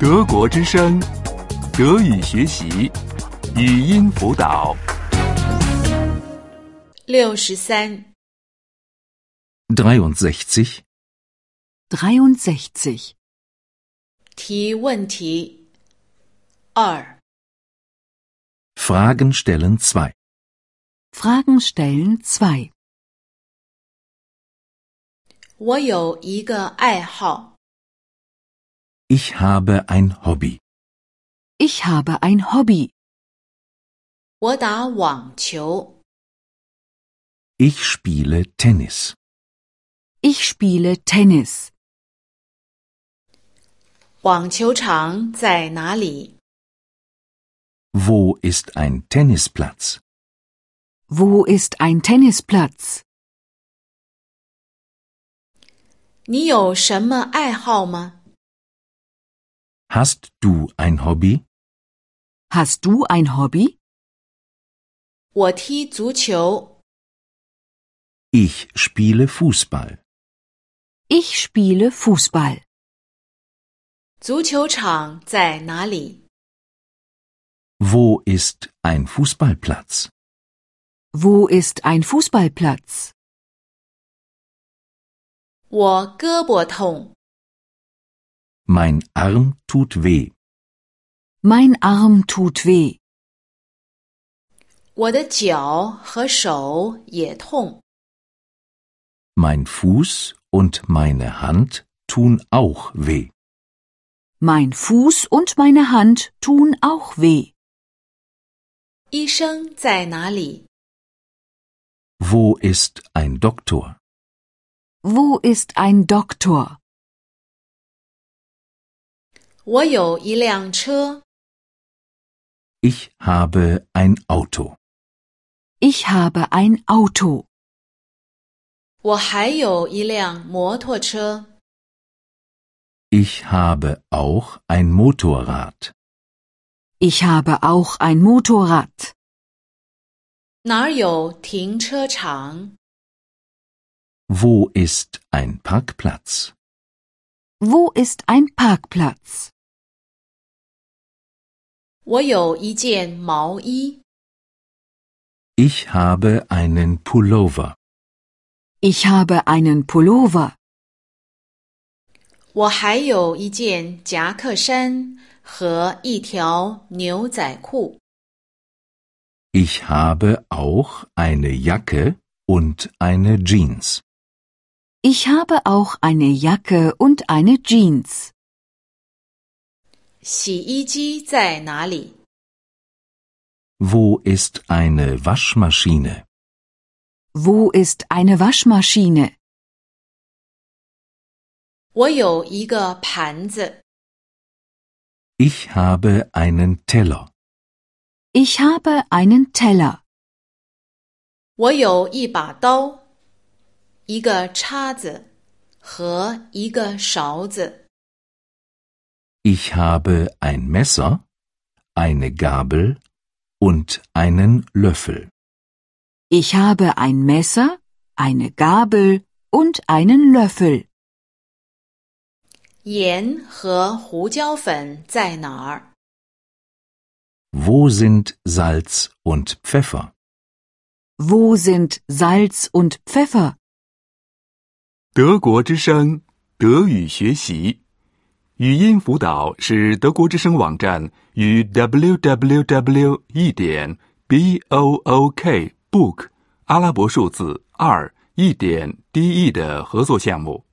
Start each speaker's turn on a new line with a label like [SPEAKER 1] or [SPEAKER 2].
[SPEAKER 1] 德国之声，德语学习，语音辅导。
[SPEAKER 2] 六十三，
[SPEAKER 3] 63.
[SPEAKER 4] 63.
[SPEAKER 2] 提问题二，
[SPEAKER 3] Fragen stellen 2.
[SPEAKER 4] Fragen stellen 2.
[SPEAKER 2] 我有一个爱好，
[SPEAKER 3] Ich habe ein Hobby.
[SPEAKER 4] Ich habe ein Hobby.
[SPEAKER 2] 我打网球，
[SPEAKER 3] Ich spiele Tennis.
[SPEAKER 4] Ich spiele Tennis.
[SPEAKER 2] 网球场在哪里？
[SPEAKER 3] Wo ist ein Tennisplatz?
[SPEAKER 4] Wo ist ein Tennisplatz?
[SPEAKER 2] 你有什么爱好吗？
[SPEAKER 3] Hast du ein Hobby?
[SPEAKER 4] Hast du ein Hobby?
[SPEAKER 2] 我踢足球，
[SPEAKER 3] Ich spiele Fußball.
[SPEAKER 4] Ich spiele Fußball.
[SPEAKER 2] 足球场在哪里？
[SPEAKER 3] Wo ist ein Fußballplatz?
[SPEAKER 4] Wo ist ein Fußballplatz?
[SPEAKER 2] 我胳膊痛，
[SPEAKER 3] Mein Arm tut weh.
[SPEAKER 4] Mein Arm tut weh.
[SPEAKER 2] 我的脚和手也痛，
[SPEAKER 3] Mein Fuß und meine Hand tun auch weh.
[SPEAKER 4] Mein Fuß und meine Hand tun auch weh.
[SPEAKER 2] 医生在哪里？
[SPEAKER 3] Wo ist ein Doktor?
[SPEAKER 4] Wo ist ein Doktor?
[SPEAKER 2] 我有一辆车，
[SPEAKER 3] Ich habe ein Auto.
[SPEAKER 4] Ich habe ein Auto.
[SPEAKER 2] 我还有一辆摩托车。
[SPEAKER 3] Ich habe auch ein Motorrad.
[SPEAKER 4] Ich habe auch ein Motorrad.
[SPEAKER 2] 哪儿有停车场？
[SPEAKER 3] Wo ist ein Parkplatz?
[SPEAKER 4] Wo ist ein Parkplatz?
[SPEAKER 2] 我有一件毛衣，
[SPEAKER 3] Ich habe einen Pullover.
[SPEAKER 4] Ich habe einen Pullover.
[SPEAKER 2] 我还有一件夹克衫和一条牛仔裤。
[SPEAKER 3] Ich habe auch eine Jacke und eine Jeans.
[SPEAKER 4] Ich habe auch eine Jacke und eine Jeans.
[SPEAKER 2] 洗衣机在哪里？
[SPEAKER 3] Wo ist eine Waschmaschine?
[SPEAKER 4] Wo ist eine Waschmaschine?
[SPEAKER 2] 我有一个盘子，
[SPEAKER 3] Ich habe einen Teller.
[SPEAKER 4] Ich habe einen Teller.
[SPEAKER 2] 我有一把刀，一个叉子和一个勺子。
[SPEAKER 3] Ich habe ein Messer, eine Gabel und einen Löffel.
[SPEAKER 4] Ich habe ein Messer, eine Gabel und einen Löffel.
[SPEAKER 2] 盐和胡椒粉在哪儿？
[SPEAKER 3] Wo sind Salz und Pfeffer?
[SPEAKER 4] Wo sind Salz und Pfeffer?
[SPEAKER 1] 德国之声，德语学习，语音辅导是德国之声网站与 www. 一点 b o o k book 阿拉伯数字二一点 d e 的合作项目。